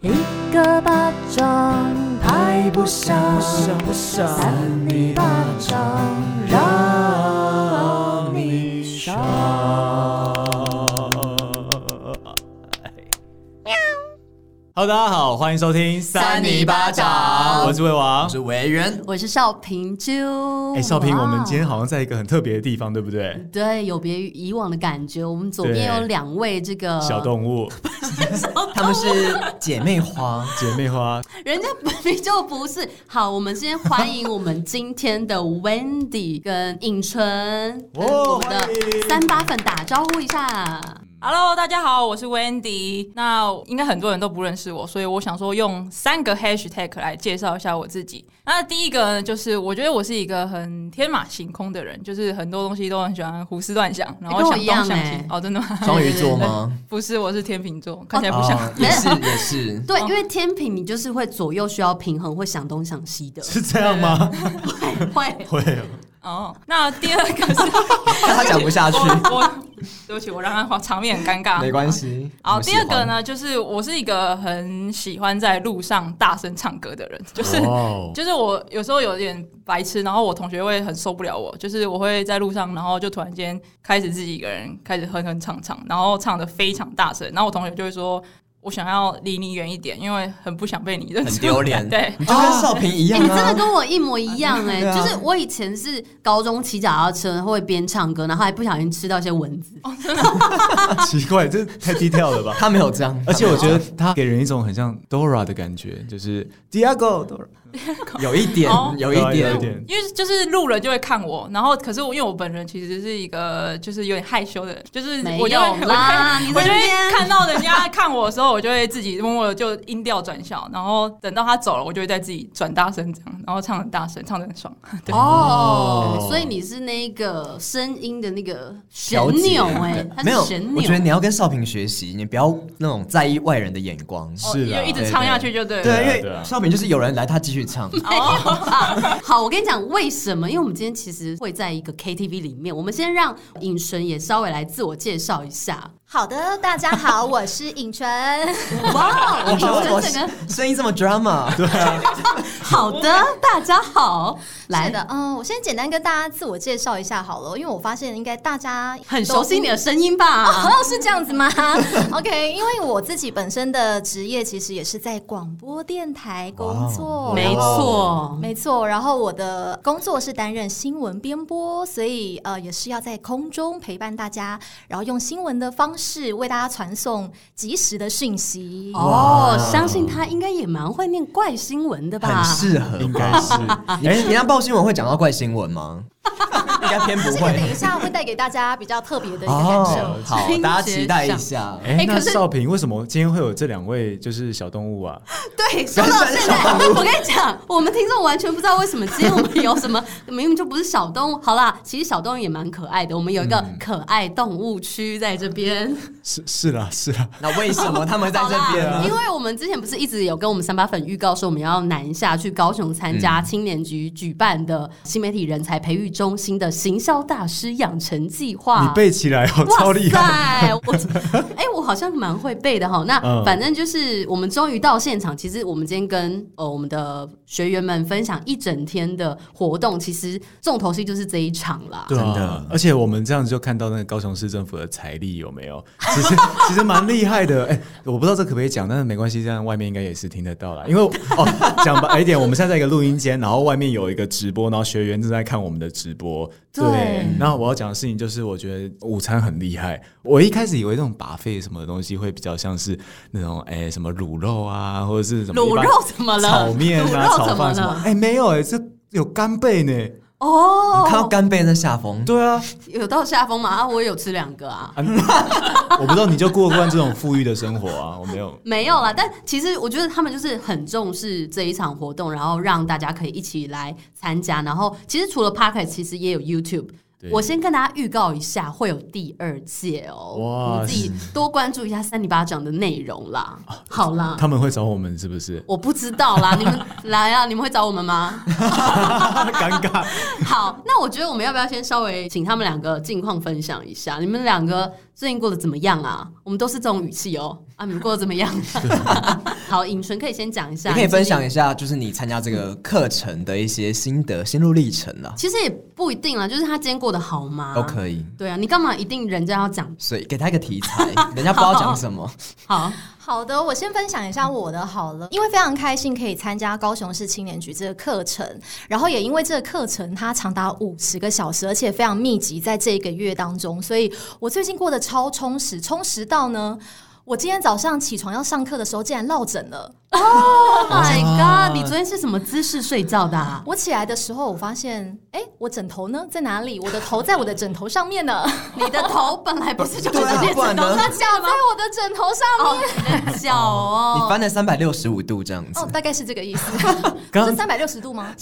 一个巴掌拍不响，不想扇你巴掌让你爽。 Hello，大家好，欢迎收听《扇你巴掌我是魏王。是委员，我是少平啾，哎、少平，哇我们今天好像在一个很特别的地方，对不对？对有别于以往的感觉，我们左边对有两位这个小，动物、她们是姐妹花，姐妹花，人家本来就不是。好，我们先欢迎我们今天的 Wendy 跟尹纯，跟哦我们欢迎的三八粉打招呼一下。 Hello，大家好，我是 Wendy。那应该很多人都不认识我，所以我想说用三个 hashtag 来介绍一下我自己。那第一个呢，就是我觉得我是一个很天马行空的人，就是很多东西都很喜欢胡思乱想，然后跟我想一东样想西。欸哦，真的吗？双鱼座吗？ 不是，我是天秤座，看起来不像。哦也是也 是，对，因为天平你就是会左右需要平衡，会想东想西 的，是这样吗？会会哦，哦，那第二个是，她 讲不下去 我我，对不起，我让他场面很尴尬。没关系。好，我喜第欢二个，呢，就是我是一个很喜欢在路上大声唱歌的人，就是、哦就是我有时候有点白痴，然后我同学会很受不了我，就是我会在路上，然后就突然间开始自己一个人开始哼哼唱唱，然后唱的非常大声，然后我同学就会说。我想要离你远一点，因为很不想被你 认出来。很丢脸对，你就跟少平一哎、样你真的啊，跟我一模一样哎、对啊就是我以前是高中骑脚踏车会边唱歌，然后还不小心吃到一些蚊子。奇怪，这太低调了吧？她没有这样，而且我觉得得他给人一种很像 Dora 的感觉，就是 Diego Dora，有一点哦，有一有一点，点因为就是路人就会看我，然后可是我因为我本人其实是一个就是有点害羞的人，就是没我就有会啦你我在就那会边看到人家看我的时候，我就会自己默默的就音调转小，然后等到他走了，我就会再自己转大声这样，然后唱很大声，唱的很爽。对，哦哦所以你是那个声音的那个旋小姐钮哎、它没有是，旋我钮觉。得你要跟少平学习，你不要那种在意外人的眼光。哦是啊就一直唱下去就对了。对，因对啊为少平就是有人来，他继续唱。啊好，我跟你讲为什么？因为我们今天其实会在一个 KTV 里面，我们先让尹纯也稍微来自我介绍一下。好的，大家好，我是尹 纯。哇，我尹想问，纯我整个声音这么 drama，对，好的，大家好，来是的，嗯，我先简单跟大家自我介绍一下好了，因为我发现应该大家很熟悉你的声音好吧？像是这样子吗 ？OK，因为我自己本身的职业其实也是在广播电台工哇哦作，没错，没错。然后我的工作是担任新闻编播，所以呃也是要在空中陪伴大家，然后用新闻的方式为大家传送及时的讯息。哦，相信他应该也蛮会念怪新闻的吧？很适合。应该 是你你让报新闻会讲到怪新闻吗？应该偏不这个会等。一下会带给大家比较特别的一个感受。哦，好，大家期待一下。哎、哎那可是少平为什么今天会有这两位就是小动物啊？对，说到现在，我跟你讲，我们听众完全不知道为什么今天我们有什么， 明明就不是小动物。好啦，其实小动物也蛮可爱的，我们有一个可爱动物区在这边。是是啦是啦，那为什么他们 在好这啦边，呢因？为我们之前不是一直有跟我们三八粉预告说我们要南下去高雄参加青年局举办的新媒体人才培育中心的行销大师养成计划。你背起来哦，哇 超厉害。害！我 哎、我好像蛮会背的哈。那、嗯反正就是我们终于到现场。其实我们今天跟呃我们的学员们分享一整天的活动，其实重头戏就是这一场啦。对啊真的而且我们这样子就看到那个高雄市政府的财力有没有？其实 其实蛮厉害的。哎、我不知道这可不可以讲，但是没关系，这样外面应该也是听得到啦。因为哦，讲白一点，我们现在在一个录音间，然后外面有一个直播，然后学员正在看我们的直播。对然后我要讲的事情就是，我觉得午餐很厉害。我一开始以为那种把费什么的东西会比较像是那种哎、什么卤肉啊，或者是什么卤一般肉怎么了？炒面啊、卤肉炒怎么饭什么了？？哎、没有哎、这有干贝呢。哦，看到干贝在下风，对啊，有到下风吗？啊，我也有吃两个啊。 我不知道你就过惯这种富裕的生活啊，我没有。没有啦，但其实我觉得他们就是很重视这一场活动，然后让大家可以一起来参加。然后其实除了 p o c k e t 其实也有 YouTube 对。我先跟大家预告一下，会有第二届哦。哇哇，你自己多关注一下三里巴掌的内容啦。好啦，？他们会找我们是不是我不知道啦，你们来啊，你们会找我们吗？ 尴尬， 好，那我觉得我们要不要先稍微请他们两个近况分享一下？你们 两个最近过得怎么样啊？我们都是这种语气哦。啊，你们过得怎么样？好，尹纯可以先讲一下，你可以分享你一下，就是你参加这个课程的一些心得、心路历程啦，其实。其实也不一定啦，就是他今天过得好吗？都可以。对啊，你干嘛一定人家要讲所以给他一个题材， 人家不知道讲什么。 好？好的，我先分享一下我的好了，因为非常开心可以参加高雄市青年局这个课程，然后也因为这个课程它长达五十个小时，而且非常密集，在这一个月当中，所以我最近过得超充实，充实到呢。我今天早上起床要上课的时候，竟然落枕了。 Oh my god！你昨天是什么姿势睡觉的、 啊？我起来的时候，我发现，哎、我枕头呢在哪里？我的头在我啊的枕头上 面呢，你的头本来不是就是对啊直接不然呢都在它夹在我的枕头上面。哦，你的脚哦， 你翻了三百六十五度这样子 哦，，大概是这个意思。刚是三百六十度吗？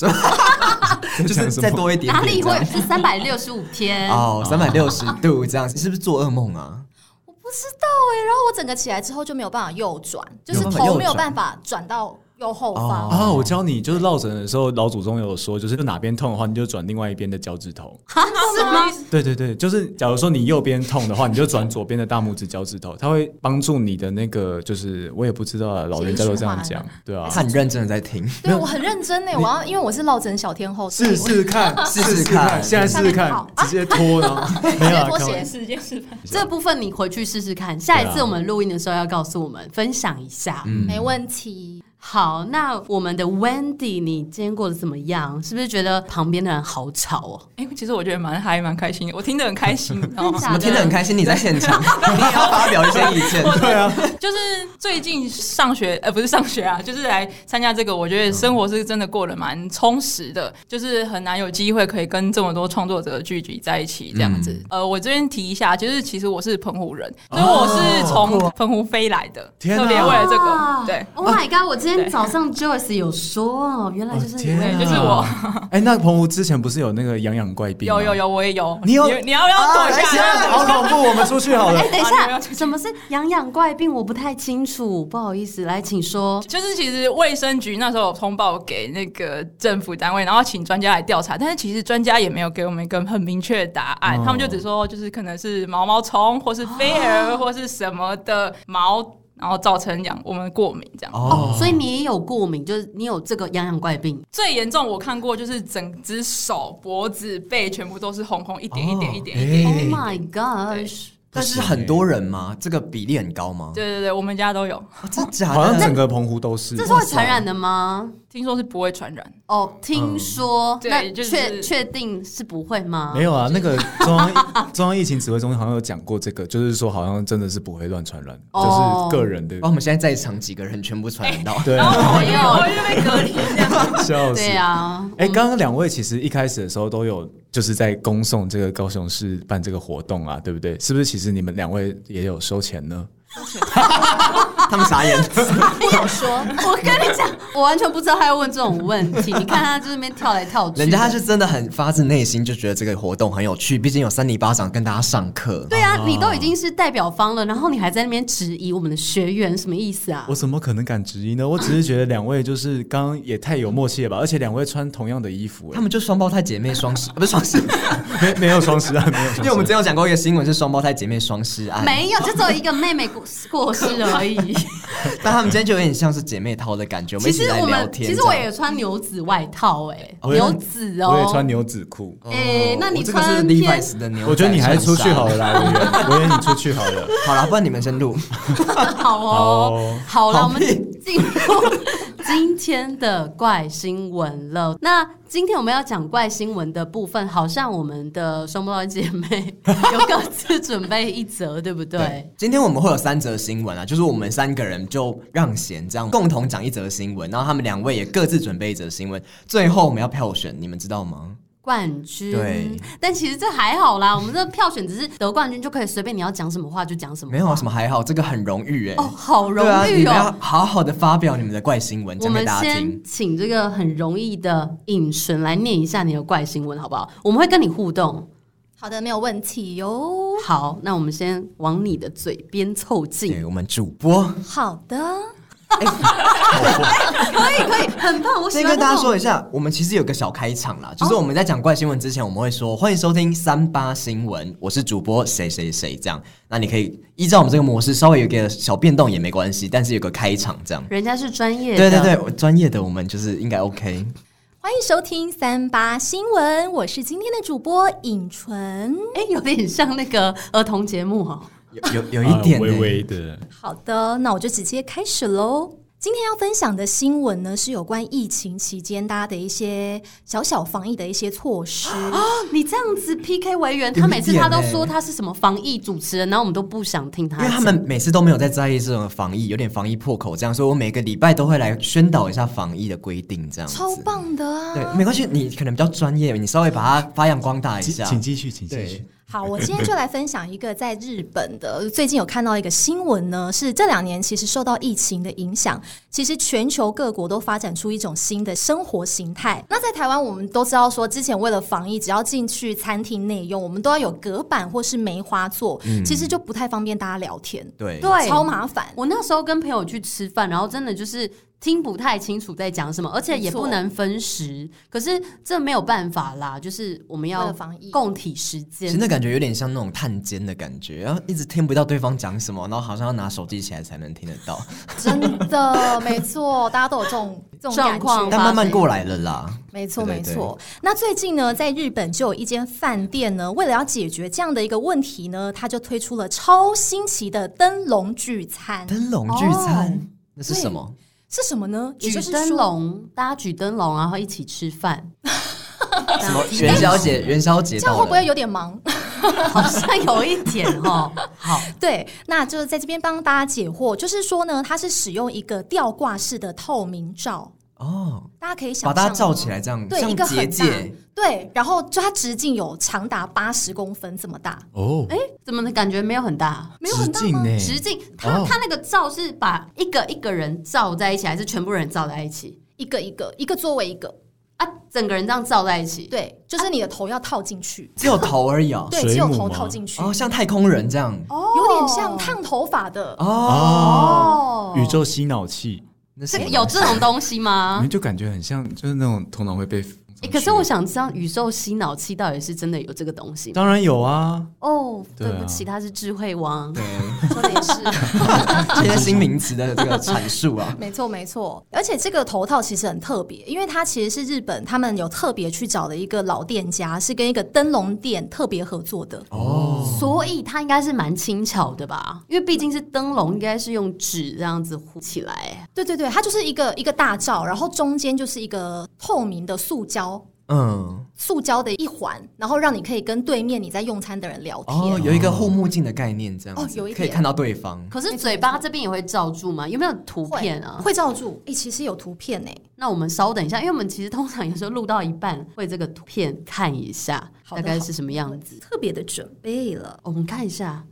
就是再多一点哪点里这会样。是三百六十五天？哦，三百六十度这样，你是不是做噩梦啊？我不知道哎、然后我整个起来之后就没有办法右转，就是没有办法右头转没有办法转到右后方。哦啊，我教你，就是落枕的时候，老祖宗有说，就是哪边痛的话，你就转另外一边的脚趾头。哈是吗？对对对，就是假如说你右边痛的话，你就转左边的大拇指脚趾头，它会帮助你的那个，就是我也不知道啊，老人家都这样血液循讲环，对啊，他很认真的在听，对，我很认真哎、我要因为我是落枕小天后，所以试试看，试试试看， 看现在试试看好，直接脱呢，没有啊，脱开鞋玩笑时间示范。这部分你回去试试看，下一对次啊我们录音的时候要告诉我们，分享一下。嗯我嗯没问题。好，那我们的 Wendy，你今天过得怎么样？是不是觉得旁边的人好吵哦？哎、其实我觉得蛮嗨，蛮开心的，我听得很开 心，然后真假我听得很开心。你在 现场，你也要发表一些意见。对啊，就是最近上学，呃，不是上学啊，就是来参加这个，我觉嗯得生活是真的过得蛮充实的，就是很难有机会可以跟这么多创作者聚集在一起这样子。嗯呃，我这边提一下，就是其实我是澎湖人，所以我是从澎湖飞来的，哦天哪特别为了这哦啊个，对。 ，Oh my god！我今天对早上 Joyce 有说哦，原来就是哦你天啊对就是我。哎，那澎湖之前不是有那个养养怪病？有有。有，我也有。你有你要不要哎躲一哦下？好恐怖！我们出去好了哎、。等一啊你们下，要出去什么是痒痒怪病？我不太清楚，不好意思，来，请说。就是其实卫生局那时候有通报给那个政府单位，然后请专家来调查，但是其实专家也没有给我们一个很明确的答案，哦他们就只说就是可能是毛毛虫或是飞蛾或是什么的毛，然后造成养我们过敏这样。哦哦，所以你也有过敏，就是你有这个痒痒怪病。最严重我看过就是整只手、脖子、背全部都是红红一点一点一点一点。哎 Oh my gosh！但是很多人吗？这个比例很高吗？对对对，我们家都有，哦真假的？好像整个澎湖都是这。是会传染的吗？听说是不会传染。哦，听说，嗯对那就是确确定是不会吗？没有啊，那个中央中央疫情指挥中心好像有讲过这个，就是说好像真的是不会乱传染，哦就是个人的把我们现在在场几个人全部传染到。 对啊然后哦我没又有我又被隔 离这样。笑死对。啊，哎，刚刚两位其实一开始的时候都有就是在恭送这个高雄市办这个活动啊，对不对？是不是？其实你们两位也有收钱呢？ 他们傻眼。我说， 我跟你讲，我完全不知道他要问这种问题。你看他这边跳来跳去，人家他是真的很发自内心就觉得这个活动很有趣，毕竟有三里巴掌跟大家上课。对啊，你都已经是代表方了，然后你还在那边质疑我们的学员，什么意思啊我？怎么可能敢质疑呢？我只是觉得两位就是刚刚也太有默契了吧，而且两位穿同样的衣服、他们就双胞胎姐妹双尸，不是双尸，哎没没有双十啊，没有双 因为十我们之前有讲过一个新闻是双胞胎姐妹双尸案，没有，就只有一个妹妹过过世而已。但他们今天就有点像是姐妹掏的感觉，我们其一起实来我聊们，天。其实我也穿牛子外套、哎、我也牛子哦、我也穿牛仔裤。这样，哦哎那你我这个是穿 Levi's 的牛仔我觉得你还是出去好衬了啦，我觉得我觉得你出去好 了。衫。好了，不然你们先录。好哦，好了，好我们进入 今天的怪新闻了。那今天我们要讲怪新闻的部分，好像我们的双胞胎姐 妹有各自准备一则，对不对？，今天我们会有三则新闻啊，就是我们三个人就让贤这样共同讲一则新闻，然后他们两位也各自准备一则新闻，最后我们要票选，你们知道吗？冠军对，但其实这还好啦，我们这票选只是得冠军就可以随便你要讲什么话就讲什么没有啊，什么还好，这个很荣誉哎、哦，好荣对啊，你誉们要哦。好好的发表你们的怪新闻，我讲给们大家听先。请这个很容易的尹纯来念一下你的怪新闻，好不好？我们会跟你互动。好的，没有问题哟。好，那我们先往你的嘴边凑近。哦对我们主播好的，可以可以，很棒，我喜先欢这跟大家种说一下，我们其实有个小开场哦啦，就是我们在讲怪新闻之前，我们会说欢迎收听三八新闻，我是主播谁谁谁这样。那你可以依照我们这个模式稍微有一个小变动也没关系，但是有个开场这样。人家是专业对的，对对，我专业的我们就是应该 OK。欢迎收听三八新闻，我是今天的主播尹纯。哎、有点像那个儿童节目哦。有有一点、啊欸，微微的，好的，那我就直接开始喽。今天要分享的新闻呢，是有关疫情期间大家的一些小小防疫的一些措施。啊哦你这样子 PK 维园，点他每次他都欸说他是什么防疫主持人，然后我们都不想听他因为讲。他们每次都没有在在意这种防疫，有点防疫破口这样，所以我每个礼拜都会来宣导一下防疫的规定这样子。超！棒的啊！对，没关系，你可能比较专业，你稍微把它发扬光大一请下。请继续，请继续对。好，我今天就来分享一个在日本的，最近有看到一个新闻呢，是这两年其实受到疫情的影响，其实全球各国都发展出一种新的生活形态。那在台湾，我们都知道说，之前为了防疫，只要进去餐厅内用，我们都要有隔板或是梅花座，其实就不太方便大家聊天，对对超麻烦。我那时候跟朋友去吃饭，然后真的就是听不太清楚在讲什么，而且也没错不能分食。可是这没有办法啦，就是我们为要了防疫共体时其间实。那感觉有点像那种探监的感觉，然后一直听不到对方讲什么，然后好像要拿手机起来才能听得到。真的，没错，大家都有这种这种状感况觉吧。但慢慢过来了啦，没错，对没对对错。那最近呢，在日本就有一间饭店呢，为了要解决这样的一个问题呢，它就推出了超新奇的灯笼聚餐。灯笼聚餐、哦那是什么？是什么呢？也举就是灯说，笼，大家举灯笼，然后一起吃饭，什么元宵节？元宵节这样到会不会了，有点忙？ 好像有一点哦。好，对，那就是在这边帮大家解惑，就是说呢，它是使用一个吊挂式的透明罩，哦，大家可以想把象大家罩吗起来，这样对，像一个结很大 界。，对，然后就它直径有长达八十公分这么大，哦，哎、怎么感觉没有很大？没有很大直吗径？呢？直径，它哦它那个罩是把一个一个人罩在一起，还是全部人罩在一起一个一个，一个座位一个，啊？整个人这样罩在一起？对，就是你的头要套进去。只有头而已哦。对，哦水只有母头吗哦套进去，哦，像太空人这样有点像烫头发的。啊哦，哦宇宙吸脑器，那是这有这种东西你 吗们？就感觉很像，就是那种头脑会被。啊诶可是我想知道，宇宙洗脑器到底是真的有这个东西吗？当然有啊，哦，对对啊不起，他是智慧王，对，说的也 是。这些新名词的这个阐述 ，啊没错，没错，而且这个头套其实很特别，因为它其实是日本他们有特别去找的一个老店家，是跟一个灯笼店特别合作的。哦所以它应该是蛮轻巧的吧？因为毕竟是灯笼，应该是用纸这样子糊起来。对对对，它就是一个一个大罩，然后中间就是一个透明的塑胶嗯，塑胶的一环，然后让你可以跟对面你在用餐的人聊天。哦，有一个护目镜的概念，这样哦子有一点可以看到对方。可是嘴巴这边也会罩住吗？有没有图会片啊？会罩住，诶，其实有图片呢、那我们稍等一下，因为我们其实通常有时候录到一半会这个图片看一下，好大的概是什么嗯样子。特别的准备了。我们看一下，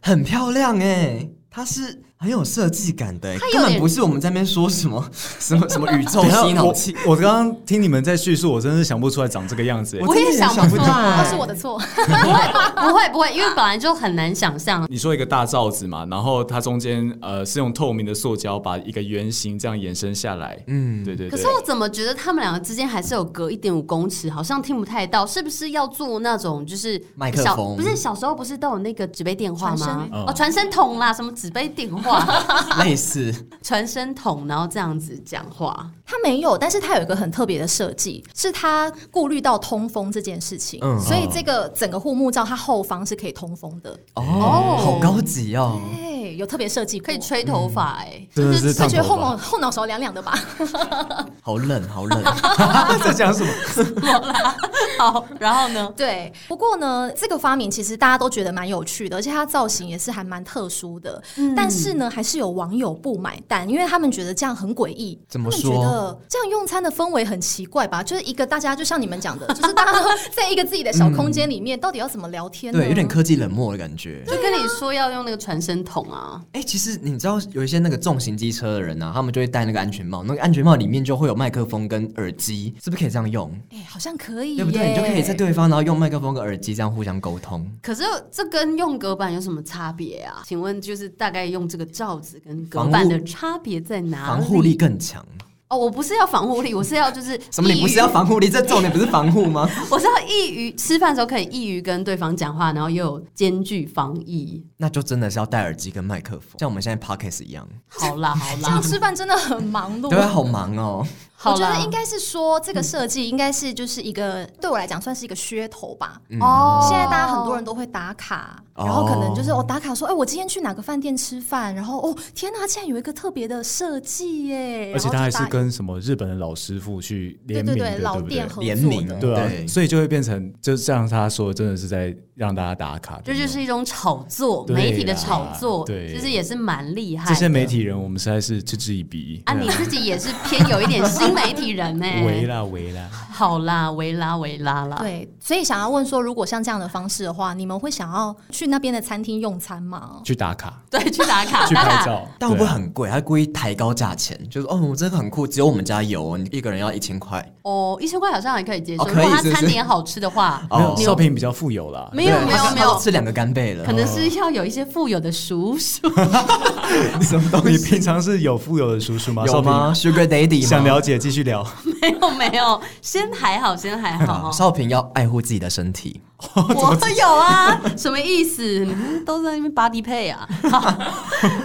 很漂亮哎、它是很有设计感的、欸，有根本点不是我们在那边说什么什么什么宇宙等一下吸脑器，我我刚刚听你们在叙述，我真是想不出来长这个样子。我也真的想想不不出到哎来，那哦是我的错，不会不会，因为本来就很难想象。你说一个大罩子嘛，然后它中间呃是用透明的塑胶把一个圆形这样延伸下来。嗯，对对可对是。我怎么觉得他们两个之间还是有隔一点五公尺，好像听不太到，是不是要做那种就是麦克小风不是小时候不是都有那个纸杯电话吗传？声哦，传声筒啦，什么纸杯电 话、类似传声筒，然后这样子讲话。它没有，但是它有一个很特别的设计，是它顾虑到通风这件事情，嗯所以这个整个护木罩它后方是可以通风的。哦，哦好高级哦。哎，有特别设计过，可以吹头发哎、嗯真 的是我烫觉得后头发，脑后脑勺凉凉的吧？ 好冷，好冷， 在讲什么？好，然后呢？对，不过呢，这个发明其实大家都觉得蛮有趣的，而且它造型也是还蛮特嗯殊的。但是呢，还是有网友不买单，因为他们觉得这样很诡异。怎么他们觉说得这样用餐的氛围很奇怪吧？就是一个大家就像你们讲的，就是大家都在一个自己的小空间里面，到底要怎么聊天呢？嗯对，有点科技冷漠的感觉。就跟你说要用那个传声筒啊，哎、其实你知道有一些那个重型机车的人啊，他们就会戴那个安全帽，那个安全帽里面就会有麦克风跟耳机，是不是可以这样用？哎、好像可以对耶，不对？你就可以在对方，然后用麦克风跟耳机这样互相沟通。可是这跟用隔板有什么差别啊？请问就是大概用这个罩子跟隔防板护的差别在哪里？防护力更强。哦，我不是要防护力，我是要就是什么？你不是易于要防护力？这重点不是防护吗？ 我是要易于吃饭的时候可以易于跟对方讲话，然后又有兼具防疫。那就真的是要戴耳机跟麦克风，像我们现在 podcast 一样。好啦，好这样啦，吃饭真的很忙碌。对啊，好忙哦。好我觉啦，得应该是说这个设计应该是就是一个对我来讲算是一个噱头吧。哦。现在大家很多人都会打卡，嗯哦然后可能就是我、打卡说，哎、我今天去哪个饭店吃饭，然后哦，天哪，竟然有一个特别的设计耶！而且他然后还就是打跟什么日本的老师傅去对联对名对的，老对不对店？合联作名的。对啊，对所以就会变成，就像他说，真的是在让大家打卡的这那种。就是一种炒作，对啦媒体的炒作，对其实也是蛮厉害的。这些媒体人，我们实在是嗤之以鼻。啊啊，你哎自己也是偏有一点新媒体人呢、 围啦围啦， 好啦，维拉维拉啦，对，所以想要问说，如果像这样的方式的话，你们会想要去那边的餐厅用餐吗？去打卡，对，去打卡，去打拍卡。照， 但会不会对啊很贵？他故意抬高价钱，就是哦，这个很酷，只有我们家有，哦你一个人要一千块。哦，一千块好像还可以接受，哦可以如果他是不是餐点好吃的话，没有哦少平比较富有啦，没有对没有他没有他，吃两个干贝了哦可。能是要有一些富有的叔叔。什么东西？平常是有富有的叔叔吗？有少平吗？Sugar Daddy 吗想了解，继续聊。 没有没有，先还好，先还好好，。啊少平要爱护自己的身体。我有啊，什么意思？你们都在那边 body pay 啊？ 好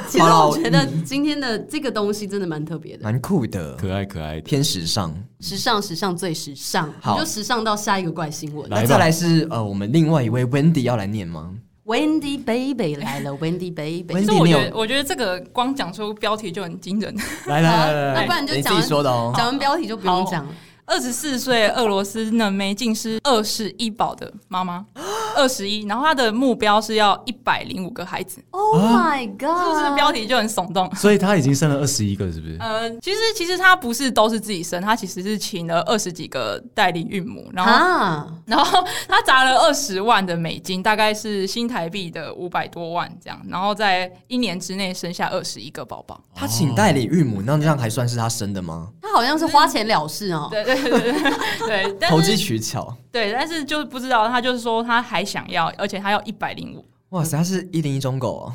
其实好啦嗯我觉得今天的这个东西真的蛮特别的，蛮酷的，可爱可爱的，偏时尚。时尚时尚最时尚，好你就时尚到下一个怪新闻。来吧那再来是呃，我们另外一位 Wendy 要来念吗？ Wendy Baby 来了，Wendy Baby。其实 Wendy，我你觉有得，我觉得这个光讲出标题就很惊人。来来来那来不来，然你就你自讲己完说的哦。讲完标题就不用讲了。二十四岁俄罗斯嫩妹竟是二世一宝的妈妈， 二十一，然后她的目标是要一百零五个孩子， Oh my 是不 god！是标题就很耸动？所以他已经生了二十一个，是不是？呃，其实其实她不是都是自己生，她其实是请了二十几个代理孕母，然后啊， 然后她砸了二十万的美金，大概是新台币的五百多万这样，然后在一年之内生下二十一个宝宝。他请代理孕母，那这样还算是他生的吗？他好像是花钱了事哦。对 对对对对，但投机是取巧。对，但是就是不知道，她就是说她还想要，而且她要一百零五。哇塞，他是一零一中狗哦，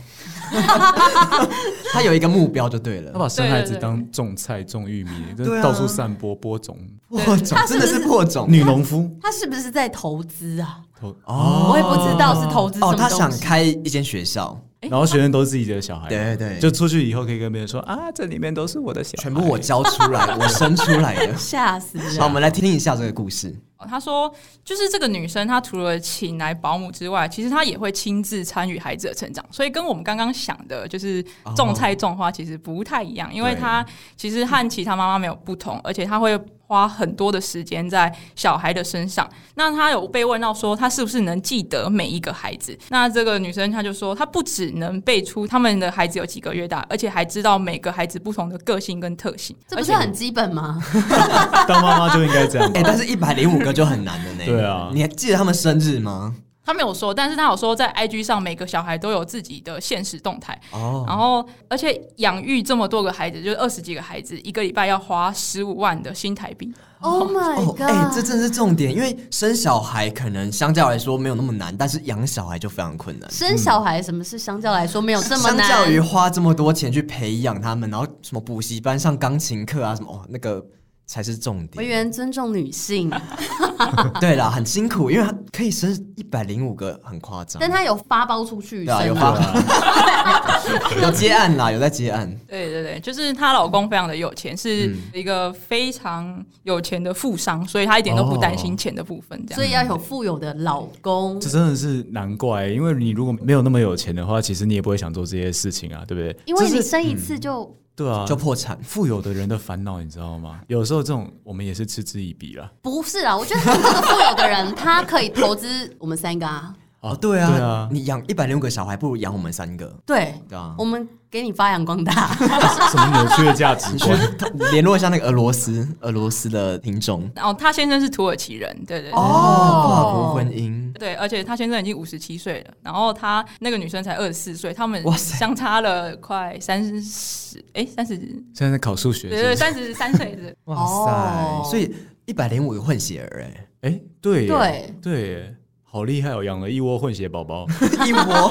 他有一个目标就对他了。把生孩对子对对当种菜、种玉米，真的对啊到处散播播种，破种他是真不的是是破种女农夫他是不是在投资啊？投，哦我也不知道是投资什么哦，他东西。想开一间学校，然后学生都是自己的小孩，对对对就出去以后可以跟别人说啊，这里面都是我的小孩，全部我教出来，我生出来 的。吓死啊好，我人！们来听一下这个故事。哦他说，就是这个女生，她除了请来保姆之外，其实她也会亲自参与孩子的成长，所以跟我们刚刚想的，就是种菜种花其实不太一样，因为她其实和其他妈妈没有不同，而且她会花很多的时间在小孩的身上。那她有被问到说，她是不是能记得每一个孩子？那这个女生她就说，她不只能背出他们的孩子有几个月大，而且还知道每个孩子不同的个性跟特性，这而不且是很基本吗？当妈妈就应该这样吧 哎，。但是一百零五个就很难的呢。对啊你还记得他们生日吗？他没有说，但是他有说在 IG 上每个小孩都有自己的现实动态，哦，然后而且养育这么多个孩子，就是二十几个孩子，一个礼拜要花十五万的新台币。 Oh my 哦， god！、哎、这真的是重点，因为生小孩可能相较来说没有那么难，但是养小孩就非常困难。生小孩什么事相较来说没有这么相难？较于花这么多钱去培养他们，然后什么补习班上钢琴课啊，什么哦，那个才是重维点。园尊重女性， 对啦，很辛苦，因为他可以生一百零五个，很夸张。但她有发包出去对啊，有生发啊，啊 有接案啦，有在接案。对对对，就是她老公非常的有钱，是一个非常有钱的富商，所以她一点都不担心钱的部分。这所样，以要有富有的老公这。真的是难怪，因为你如果没有那么有钱的话，其实你也不会想做这些事情啊，对不对？因为这你是生一嗯次就对啊，就破产。富有的人的烦恼，你知道吗？有时候这种我们也是 嗤之以鼻啦。不是啊，我觉得他们这个富有的人，他可以投资我们三个啊，哦，对啊，对啊你养一百零五个小孩，不如养我们三个，对，对啊我。们给你发扬光 大。什么扭曲的价值你去观？联络一下那个俄罗斯，俄罗斯的听众然后他哦先生是土耳其人，对对对。哦，跨国婚姻，对，而且他先生已经五十七岁了，然后他那个女生才二十四岁，他们哇塞相差了快三十，哎，三十， 现在在考数学对是不对，是，三十三岁是。哇哦塞！所以一百零五个混血儿，哎，哎，对耶对对耶，好厉害哦，养了一窝混血宝宝。 一窝，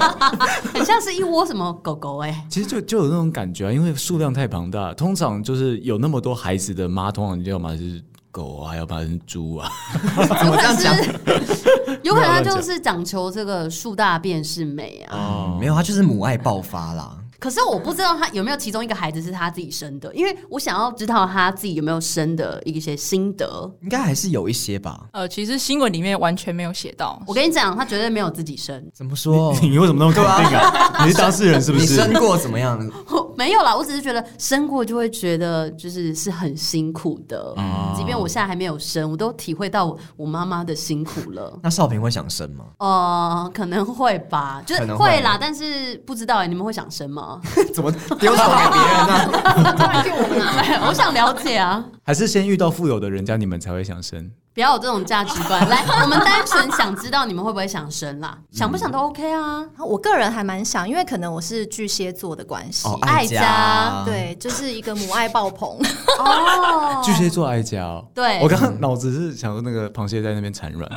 很像是一窝什么狗狗哎、其实就就有那种感觉啊，因为数量太庞大，通常就是有那么多孩子的妈，通常要么是狗啊，要么是猪啊。 有可能是， 有可能他不要就乱是讲求这个树大便是美啊。嗯没有，他就是母爱爆发啦。可是我不知道他有没有其中一个孩子是他自己生的，因为我想要知道他自己有没有生的一些心得。应该还是有一些吧？呃，其实新闻里面完全没有写到，我跟你讲，他绝对没有自己生， 怎么说？你为什么那么肯定啊？你是当事人是不你是？生过怎么样？我没有啦。我只是觉得生过就会觉得就是是很辛苦的，即便我现在还没有生，我都体会到我我妈妈的辛苦 了。那少平会想生吗？呃，可能会吧，就是可能会会啦，但是不知道哎、你们会想生吗？ 怎么丢手给别人啊呢、啊我想了解啊。还是先遇到富有的人家，你们才会想生？不要有这种价值观，来，我们单纯想知道你们会不会想生嗯啦，想不想都 OK 啊。 我个人还蛮想，因为可能我是巨蟹座的关系， 哦，爱家家，对，就是一个母爱爆棚。 哦，巨蟹座爱家哦。对 我刚刚脑子是想说那个螃蟹在那边产卵。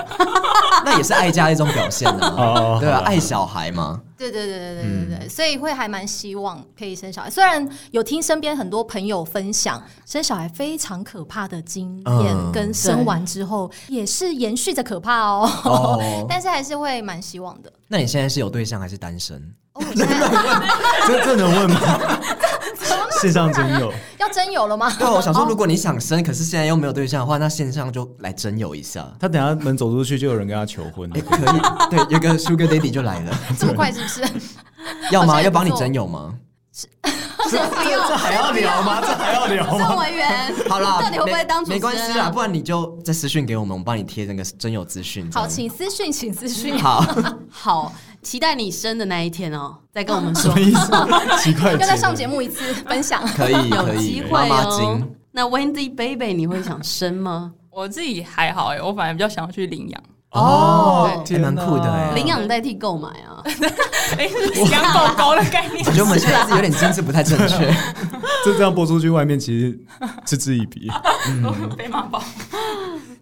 那也是爱家的一种表现 啊。哦对好啊，吧爱小孩嘛，对对对对嗯对对对，所以会还蛮希望可以生小孩。虽然有听身边很多朋友分享生小孩非常可怕的经验，嗯跟生完之后也是延续着可怕哦，哦 但是还是会蛮希望的。 那你现在是有对象还是单身？ 哦，我现在这这能问吗？线上真有，要真有了吗？对啊，我想说，如果你想生，可是现在又没有对象的话，那线上就来征友一下。他等下门走出去就有人跟他求 婚。可以，对，有个 Sugar Daddy 就来了，这么快是 不是？要好吗？像也要不帮你错征友吗？这这还要聊吗？这还要聊郑委员，好啦，到底会不会当主持没没人啊关系啦，不然你就再私讯给我们，我们帮你贴那个征友资讯。好，这样请私讯，请私讯。好，好，期待你生的那一天哦，再跟我们说什么。意思？奇怪，要再上节目一次分享。可以可有以，机会妈妈哦经。。那 Wendy Baby，你会想生 吗？我自己还好哎、我反而比较想要去领养，哦，对还蛮酷的 哎领养代替购买啊，哎、是养狗狗的概念我。觉得我们现在是有点精致不太正确，这这样播出去，外面其实嗤之以 鼻。被妈宝，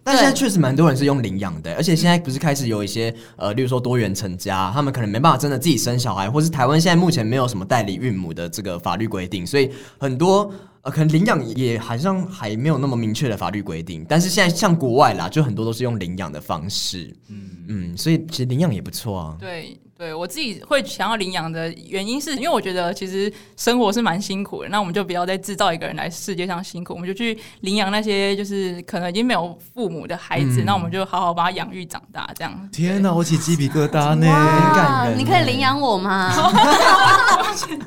但现在确实蛮多人是用领养的，欸而且现在不是开始有一些呃，例如说多元成家，他们可能没办法真的自己生小孩，或是台湾现在目前没有什么代理孕母的这个法律规定，所以很多呃，可能领养也好像还没有那么明确的法律规定。但是现在像国外啦，就很多都是用领养的方式，嗯嗯，所以其实领养也不错 啊。对对，我自己会想要领养的原因是因为我觉得其实生活是蛮辛苦的，那我们就不要再制造一个人来世界上辛苦，我们就去领养那些就是可能已经没有父母的孩子，那我们就好好把他养育长大，这样。天哪，我起鸡皮疙瘩呢！很哇感人，你可以领养我吗？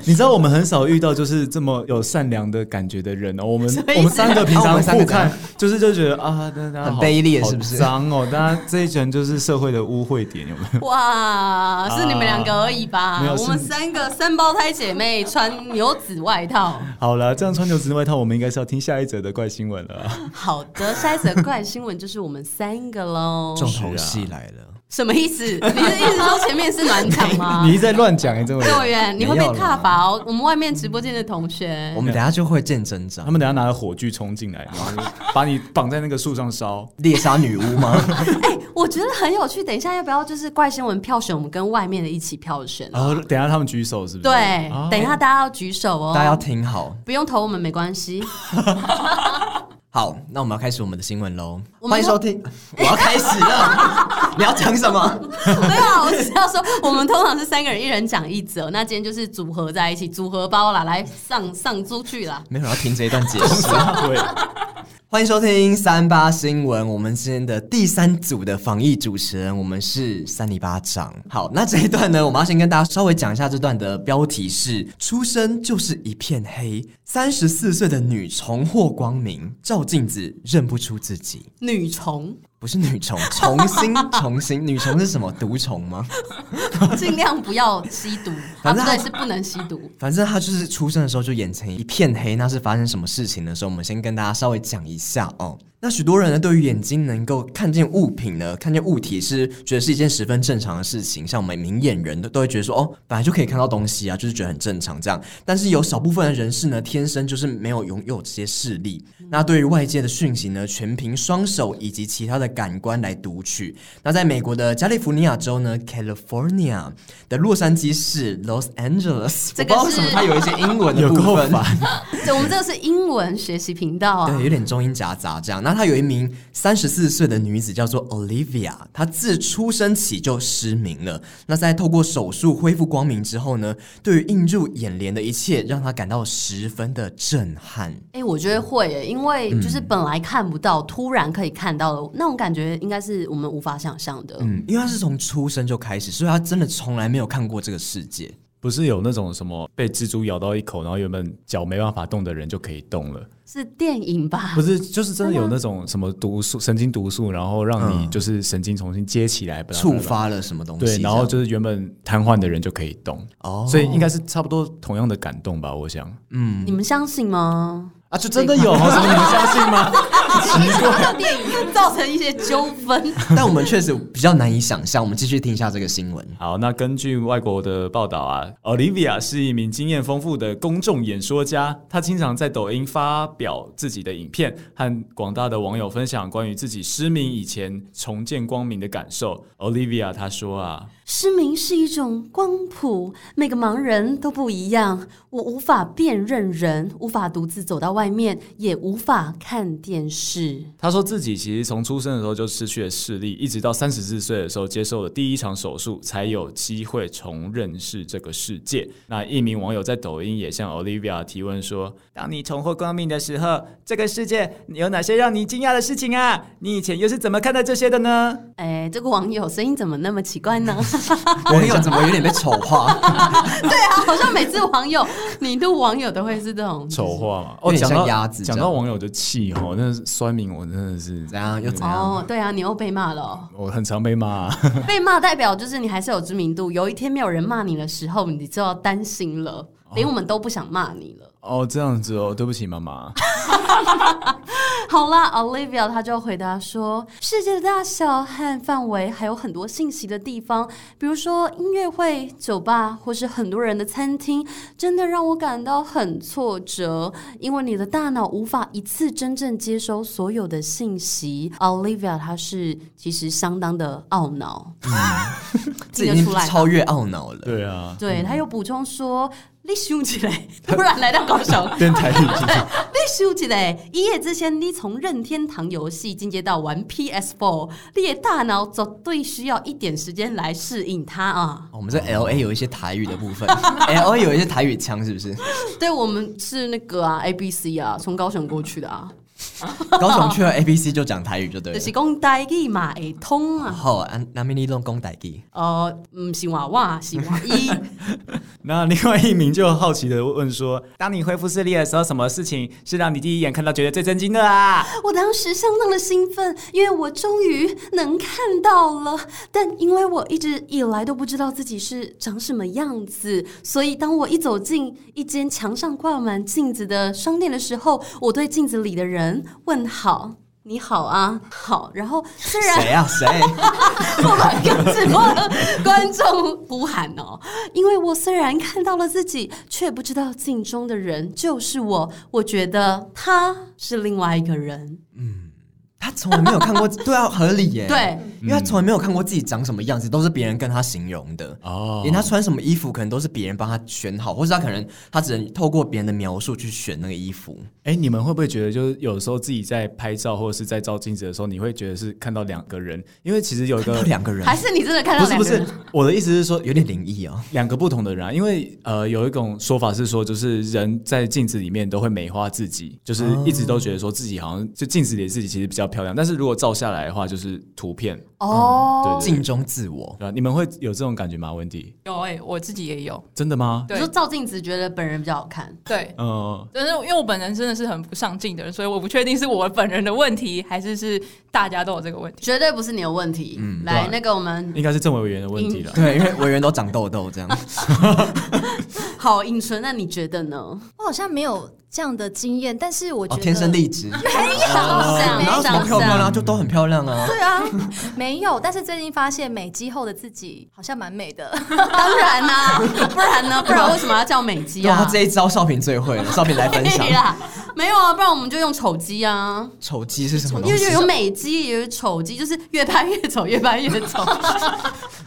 你知道我们很少遇到就是这么有善良的感觉的人哦。 我们我们三个平哦我常们三个互怎样看，就是就觉得啊，大家很好卑劣是不是好脏哦，大家这一群就是社会的污秽点，有没有？哇，是你们两个而已啊吧？没有我们是三个三胞胎姐妹穿牛子外套。好了，这样穿牛仔外套，我们应该是要听下一则的怪新闻了啊。 好的，下一则怪新闻就是我们三个喽。重头戏来了。什么意思？你是意思说前面是暖场吗 你一？直在乱讲哎，这位，郑委员，你会被没有啦踏伐哦！我们外面直播间的同学我，们等一下就会见真他 章，们等一下拿了火炬冲进来，然后 就把你绑在那个树上烧。猎杀女巫吗？ 我觉得很有趣。等一下要不要就是怪新闻票选，我们跟外面的一起票选？啊然后哦等一下他们举手是不是？对哦，等一下大家要举手哦。大家要听好。不用投我们没关 系。好，那我们要开始我们的新闻喽。我们欢迎 收听，我要开始了。你要讲什么？没有啊，我是要说，我们通常是三个人一人讲一则，那今天就是组合在一起，组合包啦，来上上出去啦。没有人要听这一段解释。对，欢迎收听三八新闻，我们今天的第三组的防疫主持人，我们是三里巴掌。好，那这一段呢，我们要先跟大家稍微讲一下，这段的标题是“出生就是一片黑”，三十四岁的女重获光明，照镜子认不出自己。 女虫，不是女虫，重新 重新，女虫是什么？毒虫吗？尽量不要吸毒，啊，反不正对，他是不能吸毒。反正她就是出生的时候就眼前一片黑，那是发生什么事情的时候，我们先跟大家稍微讲一下哦。那许多人呢，对于眼睛能够看见物品呢，看见物体是觉得是一件十分正常的事情，像我们明眼人都都会觉得说，哦，本来就可以看到东西啊，就是觉得很正常这样。但是有少部分的人士呢，天生就是没有拥有这些视力，那对于外界的讯息呢，全凭双手以及其他的感官来读取。那在美国的加利福尼亚州呢，California 的洛杉矶市 Los Angeles，这个我不知道为什么是它有一些英文的 有部够分，烦，对，我们这个是英文学习频道啊对，。有点中英夹杂这样。那她有一名三十四岁的女子叫做 Olivia，她自出生起就失明了。那在透过手术恢复光明之后呢，对于映入眼帘的一切，让她感到十分的震撼。哎、我觉得会耶，因为就是嗯本来看不到，突然可以看到了，那种感觉应该是我们无法想象的。嗯，因为她是从出生就开始，所以她真的从来没有看过这个世界。不是有那种什么被蜘蛛咬到一口，然后原本脚没办法动的人就可以动了，是电影吧不？是，就是真的有那种什么毒素、神经毒素，然后让你嗯就是神经重新接起来，巴拉巴拉触发了什么东西这对，然样？后就是原本瘫痪的人就可以动，哦，所以应该是差不多同样的感动吧，我想。你们相信吗？啊，就真的有，哦什么你们相 信吗？奇怪，让电影 造成一些纠纷。但我们确实比较难以想象。我们继续听一下这个 新闻。好，那根据外国的报道啊，Olivia 是一名经验丰富的公众演说家，她经常在抖音发表自己的影片，和广大的网友分享关于自己失明以前重见光明的感受。Olivia 她说啊， 失明是一种光谱，每个盲人都不一样。我无法辨认人，无法独自走到外面，也无法看电视。她说自己其实从出生的时候就失去了视力，一直到三十四岁的时候接受了第一场手术，才有机会重认识这个世界。那一名网友在抖音也向 Olivia 提问说：“当你重获光明的时候，这个世界有哪些让你惊讶的事情啊？你以前又是怎么看待这些的呢哎，这个网友声音怎么那么奇怪呢？ 网友怎么有点被丑化？啊好像每次网友，你录网友都会是这种？”丑化嘛，有哦，点讲像到鸭子这讲样到网友就气哦，那酸民我真的 是，怎样又怎样？哦，对啊，你又被骂了哦、我很常被骂啊、被骂代表就是你还是有知名度。有一天没有人骂你的时候，你就要担心了，连我们都不想骂你了。哦，这样子哦，对不起妈妈。好啦，Olivia 她就回答说，世界的大小和范围还有很多信息的地方，比如说音乐会、酒吧或是很多人的餐厅，真的让我感到很挫折，因为你的大脑无法一次真正接收所有的信息。Olivia 她是其实相当的懊恼，这听已得经出来吧。超越懊恼了。对啊，对，他又补充说：“你想起来，突然来到高雄，变台语是不是你想起来，一夜之间你从任天堂游戏进阶到玩 PS4，你的大脑绝对需要一点时间来适应它啊。哦我们在 L A 有一些台语的部分 ，L A 有一些台语腔，是 不是？对，我们是那个啊，ABC 啊，从高雄过去的啊，高雄去了 A B C 就讲台语就对就是了。哦讲台语嘛会通啊。”好，安南美利弄公台语，呃，嗯，是娃娃，是娃伊，那另外一名就好奇的问说：“当你恢复视力的时候，什么事情是让你第一眼看到觉得最震惊的啊我当时相当的兴奋，因为我终于能看到了。但因为我一直以来都不知道自己是长什么样子，所以当我一走进一间墙上挂满镜子的商店的时候，我对镜子里的人问好。你好啊，好。然后虽然谁啊谁？ 我们跟直播的观众呼喊哦，因为我虽然看到了自己，却不知道镜中的人就是我。我觉得他是另外一个人。他从来没有看过，对啊，合理耶。对，因为他从来没有看过自己长什么样子，都是别人跟他形容的。？”哦连他穿什么衣服，可能都是别人帮他选好，或是他可能他只能透过别人的描述去选那个衣服。哎、你们会不会觉得，就是有时候自己在拍照或者是在照镜子的时候，你会觉得是看到两个人？因为其实有一个那两个人还是你真的看不是到两不个人？是，我的意思是说，有点灵异哦。两个不同的人、啊，因为呃，有一种说法是说，就是哦人在镜子里面都会美化自己，就是一直都觉得说自己好像就镜子里的自己其实比较漂亮。但是如果照下来的话，就是图片，嗯哦，对镜中自我。对吧？你们会有这种感觉吗，温迪？有哎、我自己也有，真的吗？你对说照镜子觉得本人比较好看，对。嗯、但是因为我本人真的是很不上进的人，所以我不确定是我本人的问题，还是是大家都有这个问题。绝对不是你的问题。来，对那个我们应该是政委委员的问题了。 对，因为委员都长痘痘这样。好尹纯，那你觉得呢？我好像没有这样的经验，但是我觉哦，得天生丽质， 长相哪有什么漂亮啊？就都很漂亮啊。对啊，没有。但是最近发现美肌后的自己好像蛮美的，当然啦、不然呢？不然为什么要叫美肌对啊，啊他？这一招少平最会了，少平来分享 对。啦，没有啊，不然我们就用丑肌啊。丑鸡是什么因东为西？有美肌，也有丑肌，就是越拍越丑，越拍越丑。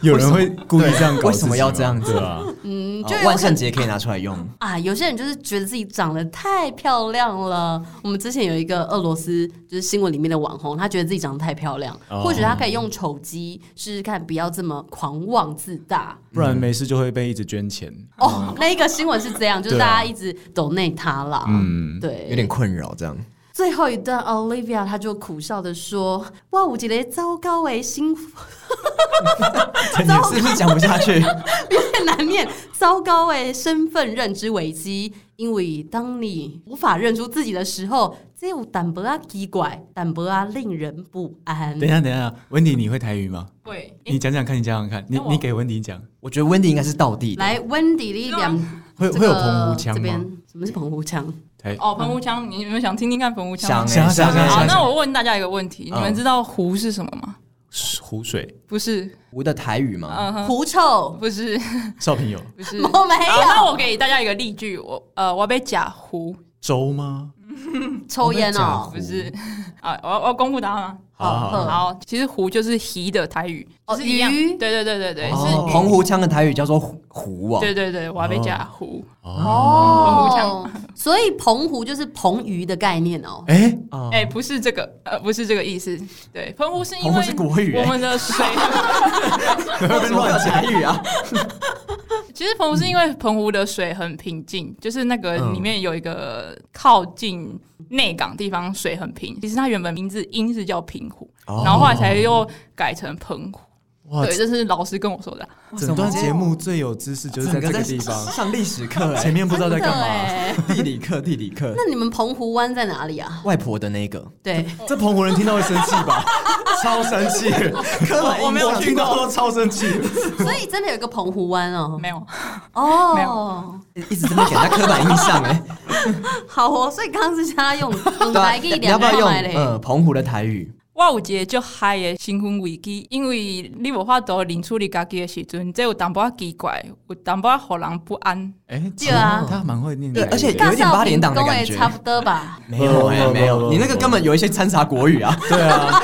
有人会故意这样搞自己吗，为什么要这样子对啊，嗯，哦就有万圣节可以拿出来用。啊，有些人就是觉得自己长得太漂亮了。我们之前有一个俄罗斯就是新闻里面的网红，他觉得自己长得太漂亮，哦或许他可以用丑肌试试看，不要这么狂妄自大。不然没事就会被一直捐钱。哦，那一个新闻是这样，就是对啊大家一直抖内他啦。嗯，对，有点困扰这样。最后一段，Olivia 她就苦笑的说：“哇，我觉得糟糕哎，幸福是不是讲不下去？ 有点难念，糟糕哎，身份认知危机。因为当你无法认出自己的时候，这有淡薄啊奇怪，淡薄啊令人不安。等一下，等一下，温迪，你会台语吗？对，你讲讲看，你讲讲看，你那我你给温迪讲，我觉得 Wendy 应该是道地的，来，Wendy 的两会会有澎湖腔这边吗？什么是澎湖腔？台哦，澎湖嗯腔，你你们想听听看澎湖腔想吗？想欸啊想啊想好，啊那我问大家一个问题，你嗯们知道“湖”是什么吗？湖水，不是，我的台语嘛，嗯哼，狐臭？不是，少平有不是。我没好那有我给大家一个例句，我呃，我要被假湖，粥吗？抽烟哦湖，不是， 啊，我要我要公布答案吗？好嗯好好好，好，其实湖就是“鱼”的台语，哦就是一样。鱼对对对对对，是哦，澎湖腔的台语叫做湖湖哦。对对对，我要被假湖。哦，所以澎湖就是澎鱼的概念哦。哎，哦哎、不是这个，呃，不是这个意思。对，澎湖是因澎湖为是国语哎我们的水。为 什么会有台语啊？其实澎湖是因为澎湖的水很平静，就是那个里面有一个靠近内港地方水很平。其实它原本名字音是叫平湖，哦然后后来才又改成澎湖。哇，对，这是老师跟我说的啊。 整段节目最有知识就是在这个地方，上历史课前哎，面不知道在干真嘛。的哎地理课地理课，那你们澎湖湾在哪里啊？外婆的那个对， 这澎湖人听到会生气吧？超生气，本印象我没有听到都超生气。所以真的有一个澎湖湾哦。没有，没哦，一直这么给人家刻板印 象哎，好哦，所以刚刚是他 用用对啊白给你两要不百要用买嘞。呃澎湖的台语？我有一个就嗨的新婚危机，因为你无法度认出你家己的时阵，这有淡薄仔奇怪，有淡薄仔互人不安。哎，对啊他蛮会念对台语的，而且大有一点八点档的少平感跟觉我也差不多吧。没有哎，不不不没不有，不你那个根本有一些掺杂国语啊。对啊，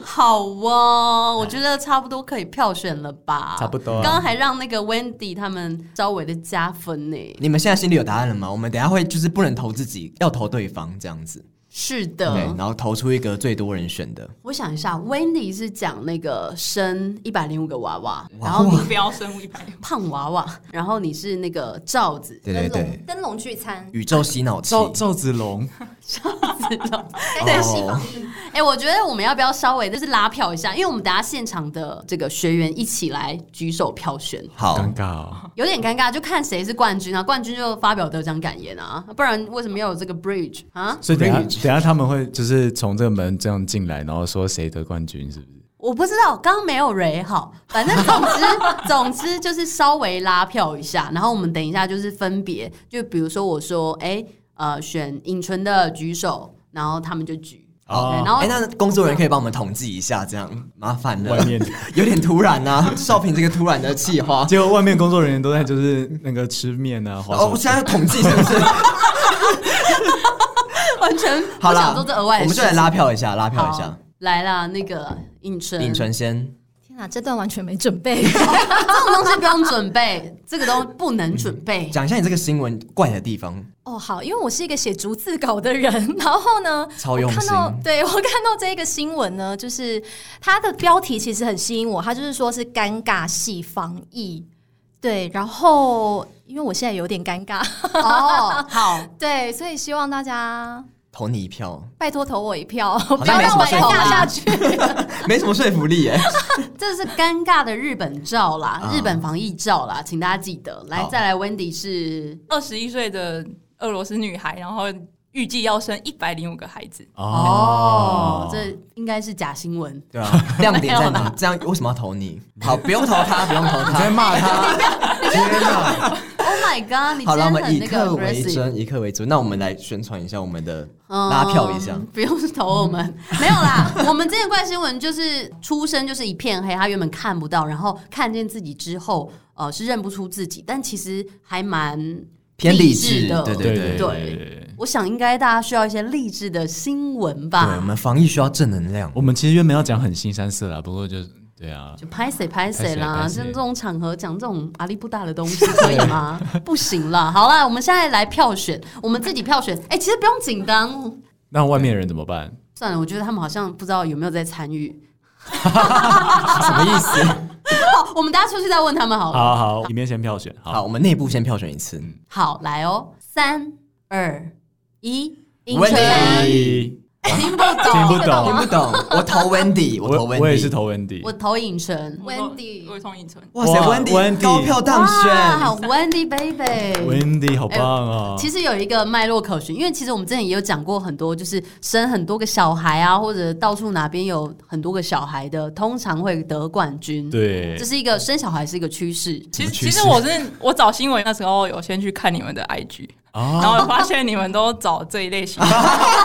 好哦，我觉得差不多可以票选了吧。差不多啊刚刚还让那个 Wendy 他们稍微的加分呢。你们现在心里有答案了吗？我们等一下会就是不能投自己，要投对方这样子。是对，的然，后投出一个最多人选的。我想一下，Wendy 是讲那个生一百零五个娃娃，然后哇你不要生物一百六。胖娃娃，然后你是那个罩子，对对对， 灯笼聚餐，宇宙洗脑器。哦哦赵赵子龙，对戏房哎、我觉得我们要不要稍微就是拉票一下？因为我们等下现场的这个学员一起来举手票选，好尴，尬哦。有点尴尬，就看谁是冠军啊！冠军就发表得奖感言啊，不然为什么要有这个 bridge 啊？所以等一下 Bridge 等一下他们会就是从这个门这样进来，然后说谁得冠军是不是？我不知道，刚刚没有蕊好，反正总 之总之就是稍微拉票一下，然后我们等一下就是分别，就比如说我说，哎、呃，选尹纯的举手，然后他们就举，哦对然后哎、那工作人员可以帮我们统计一下，这样麻烦了外 面， 有点突然啊。少平这个突然的气话，结果外面工作人员都在就是那个吃面啊，划哦，我手机现在要统计是 不是？完全好不啦，想做这额外的我们事就来拉票一下，拉票一下好。来啦，那个尹纯，尹纯先，天啊哪，这段完全没准备。 这种东西不用准备，这个都不能准 备。讲一下你这个新闻怪的地方。哦，好，因为我是一个写逐字稿的人， 然后呢，超用心我看到，对我看到这个新闻呢，就是它的标题其实很吸引我，它就是说是尴尬系防疫。对，然后因为我现在有点尴尬， 哦，好，对，所以希望大家投你一票，拜托投我一票，不像要没什让么说服我尴尬力下去。没什么说服力耶。这是尴尬的日本照啦，啊日本防疫照啦，请大家记得。来好，再来，Wendy 是二十一岁的俄罗斯女孩，然后预计要生一百零五个孩子。哦，这应该是假新闻。对啊，亮点在没有哪？这样为什么要投你？好，不用投他，不用投你在他。骂他？天哪！ Oh my god！你好今了，我天们很以那客个为 aggressive，真，以客为主。那我们来宣传一下我们的嗯拉票一下，不用投我们， 没有啦。我们之前怪新闻就是出生就是一片黑，他原本看不到，然后看见自己之后，呃，是认不出自己，但其实还蛮偏励理志智的，对对对对对对。我想应该大家需要一些励志的新闻对我吧。们防疫需要正 能量。我们其实原本要讲很新三色啦，不过就对啊，就拍谁拍谁啦，拍谁拍像谁这种场合讲这种阿力不大的东西可以 吗？不行啦，好啦，我们现在来票选，我们自己票选。哎、其实不用紧张，那外面的人怎么办？算了，我觉得他们好像不知道有没有在参与。什么意思？哦，我们大家出去再问他们好了。好好，里面先票选。 好，好，我们内部先票选一次。好，来哦，三二一，赢温圈一听不懂，听不听懂，不懂，我投 Wendy，我投我 Wendy，我也是。投 Wendy，我投影城。我说 Wendy 我从影城，哇塞哇，Wendy ，Wendy 高票当哇，选，好，Wendy baby。 Wendy 好棒哦。哎其实有一个脉络可循，因为其实我们之前也有讲过很多，就是生很多个小孩啊，或者到处哪边有很多个小孩的，通常会得冠军。，对这，是一个生小孩是一个趋势。其实趋其势实我是我找新闻那时候有先去看你们的 IG，、然啊，后我发现你们都找这一类型啊的，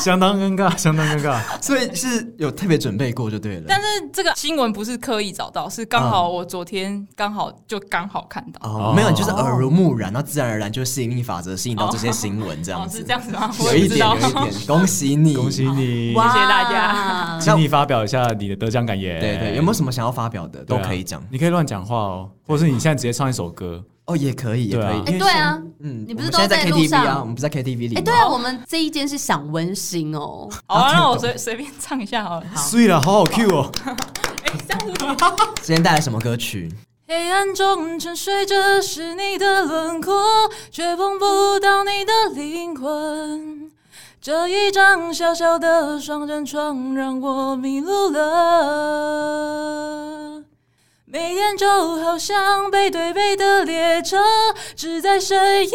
相当尴尬，相当尴尬。所以是有特别准备过就对了。但是这个新闻不是刻意找到，是刚好我昨天刚好就刚好看到，啊哦，没有，你就是耳濡目染，那自然而然就吸引力法则吸引到这些新闻这样哦子。是这样子吗？我有也一不知点，道有。一点，恭喜你，恭喜你，谢大家请你发表一下你的得奖感言。对对，有没有什么想要发表的都可以讲对啊你可以乱讲话哦，或者是你现在直接唱一首歌。哦，也可以，也对啊可以。哎、因为对啊，嗯，你不是我们都现在在在路 KTV 啊？上我们不是在 KTV 里哎、吗？对啊，我们这一间是想温馨哦。 好、啊，那我随随便唱一下好了。碎了，好好 Q 哦。哎、这样子吗。今天带来什么歌曲？黑暗中沉睡着是你的轮廓，却碰不到你的灵魂。这一张小小的双人床让我迷路了。每天就好像背对背的列车，只在深夜里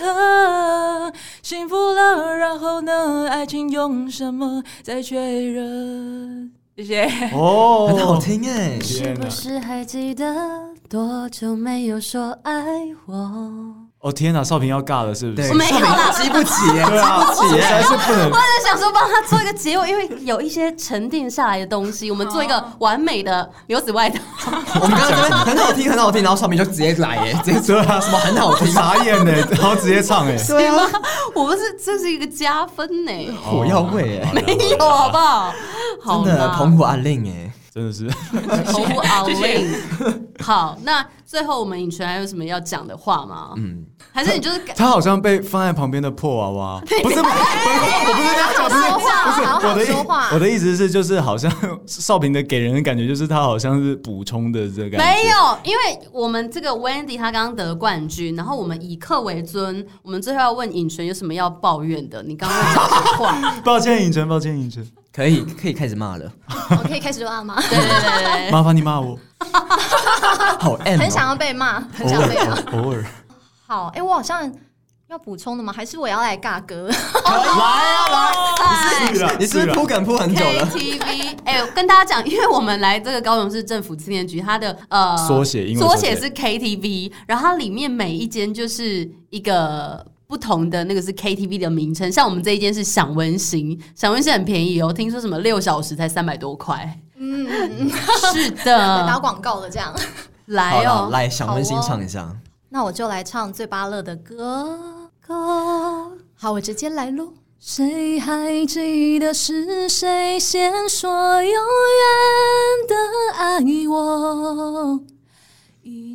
汇合。幸福了，然后呢？爱情用什么再确认？谢谢。哦，很好听哎。是天哪不！是还记得多久没有说爱我？哦天哪，少平要尬了是不对，是？没有啦激不起耶，对啊，激不起 实在耶。是不能我。在想说帮他做一个结尾，因为有一些沉淀下来的东西，我们做一个完美的牛子外套。我们刚刚这边很好听，很好听，然后上面就直接来耶，直接说啊，什么很好听，傻眼呢，然后直接唱哎，对啊，我们是这是一个加分呢、火药味哎，没有好不好？哦好真的啦澎湖阿令哎，真的是 澎湖奥运。好，那最后我们尹纯还有什么要讲的话吗？嗯，还是你就是他好像被放在旁边的破娃娃，不是，不是，我不是这样讲，不是，说话不是好好我的说话意我的意思是，就是好像少平的给人的感觉就是他好像是补充的这个感觉，没有，因为我们这个 Wendy 她刚刚得冠军，然后我们以客为尊，我们最后要问尹纯有什么要抱怨的？你刚刚在讲什么话？抱歉，影城，抱歉，影城，可以可以开始骂了，我可以开始啊骂吗？对对对对对。麻烦你骂我，好 M，哦很想要被骂，哦很偶想被骂。尔，偶尔，好，哎、我好像要补充的吗？还是我要来尬歌？来啊来，是 啊你是不是铺梗铺很久了？ KTV，哎、我跟大家讲，因为我们来这个高雄市政府青年局，它的呃缩写英文缩缩写写是 KTV，然后它里面每一间就是一个。不同的那个是 KTV 的名称，像我们这一间是享温馨，享温馨很便宜哦，听说什么六小时才三百多块。嗯，呃是打 的，广告的这样。来好哦了，，来，想温馨好哦唱一下。那我就来唱最巴乐的歌歌。好，我直接来喽。谁还记得是谁先说永远的爱我？以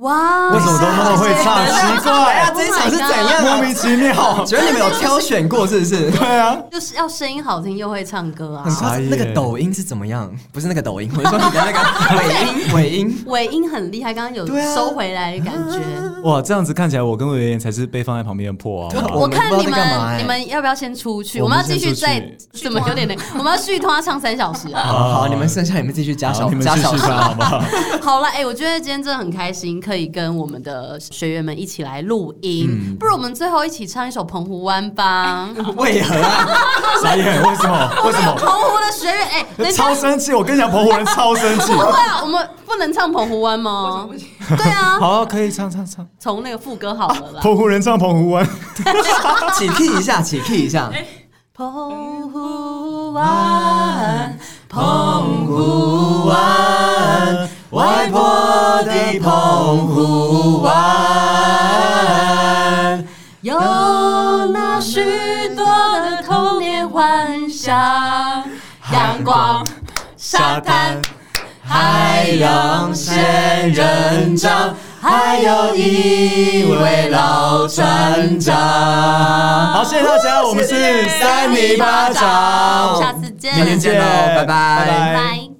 哇为什么都那么会唱？奇 怪，这一场是怎样莫啊？名其妙。觉得你们有挑选过是不 是？对啊，就是要声音好听又会唱歌啊很！夸张。那个抖音是怎么样？不是那个抖音，我是说你 的那个尾音，尾音。尾音很厉害，刚刚有对啊收回来的感觉。哇，这样子看起来我跟维言才是被放在旁边的破对啊啊！我我们看不你知道在干嘛们，欸你们要不要先出去？我我们们要继续再先怎么有点 累？我们要续拖唱三小时啊！好好，你们剩下你们自己去加好小你们加继续小时吧，好不好？好了，哎、我觉得今天真的很开心，可以跟我们的学员们一起来录音。嗯不如我们最后一起唱一首《澎湖湾》吧。为何啊？傻眼，为什么？为什澎么？湖的学员，哎、人家超生气！我跟你讲，澎湖人超生气。对啊，我们不能唱《澎湖湾》吗？对啊，好，可以唱唱唱。从那个副歌好了啦。啊澎湖人唱澎湖湾，起 key 一下，起 key 一 下。澎湖湾，澎湖湾，啊外婆的澎湖湾。有那许多的童年幻想，阳光、沙滩。海洋仙人掌，还有一位老船长。好，谢谢大家，我们是三泥泥巴巴掌掌，下次见明天见喽，拜拜拜拜拜。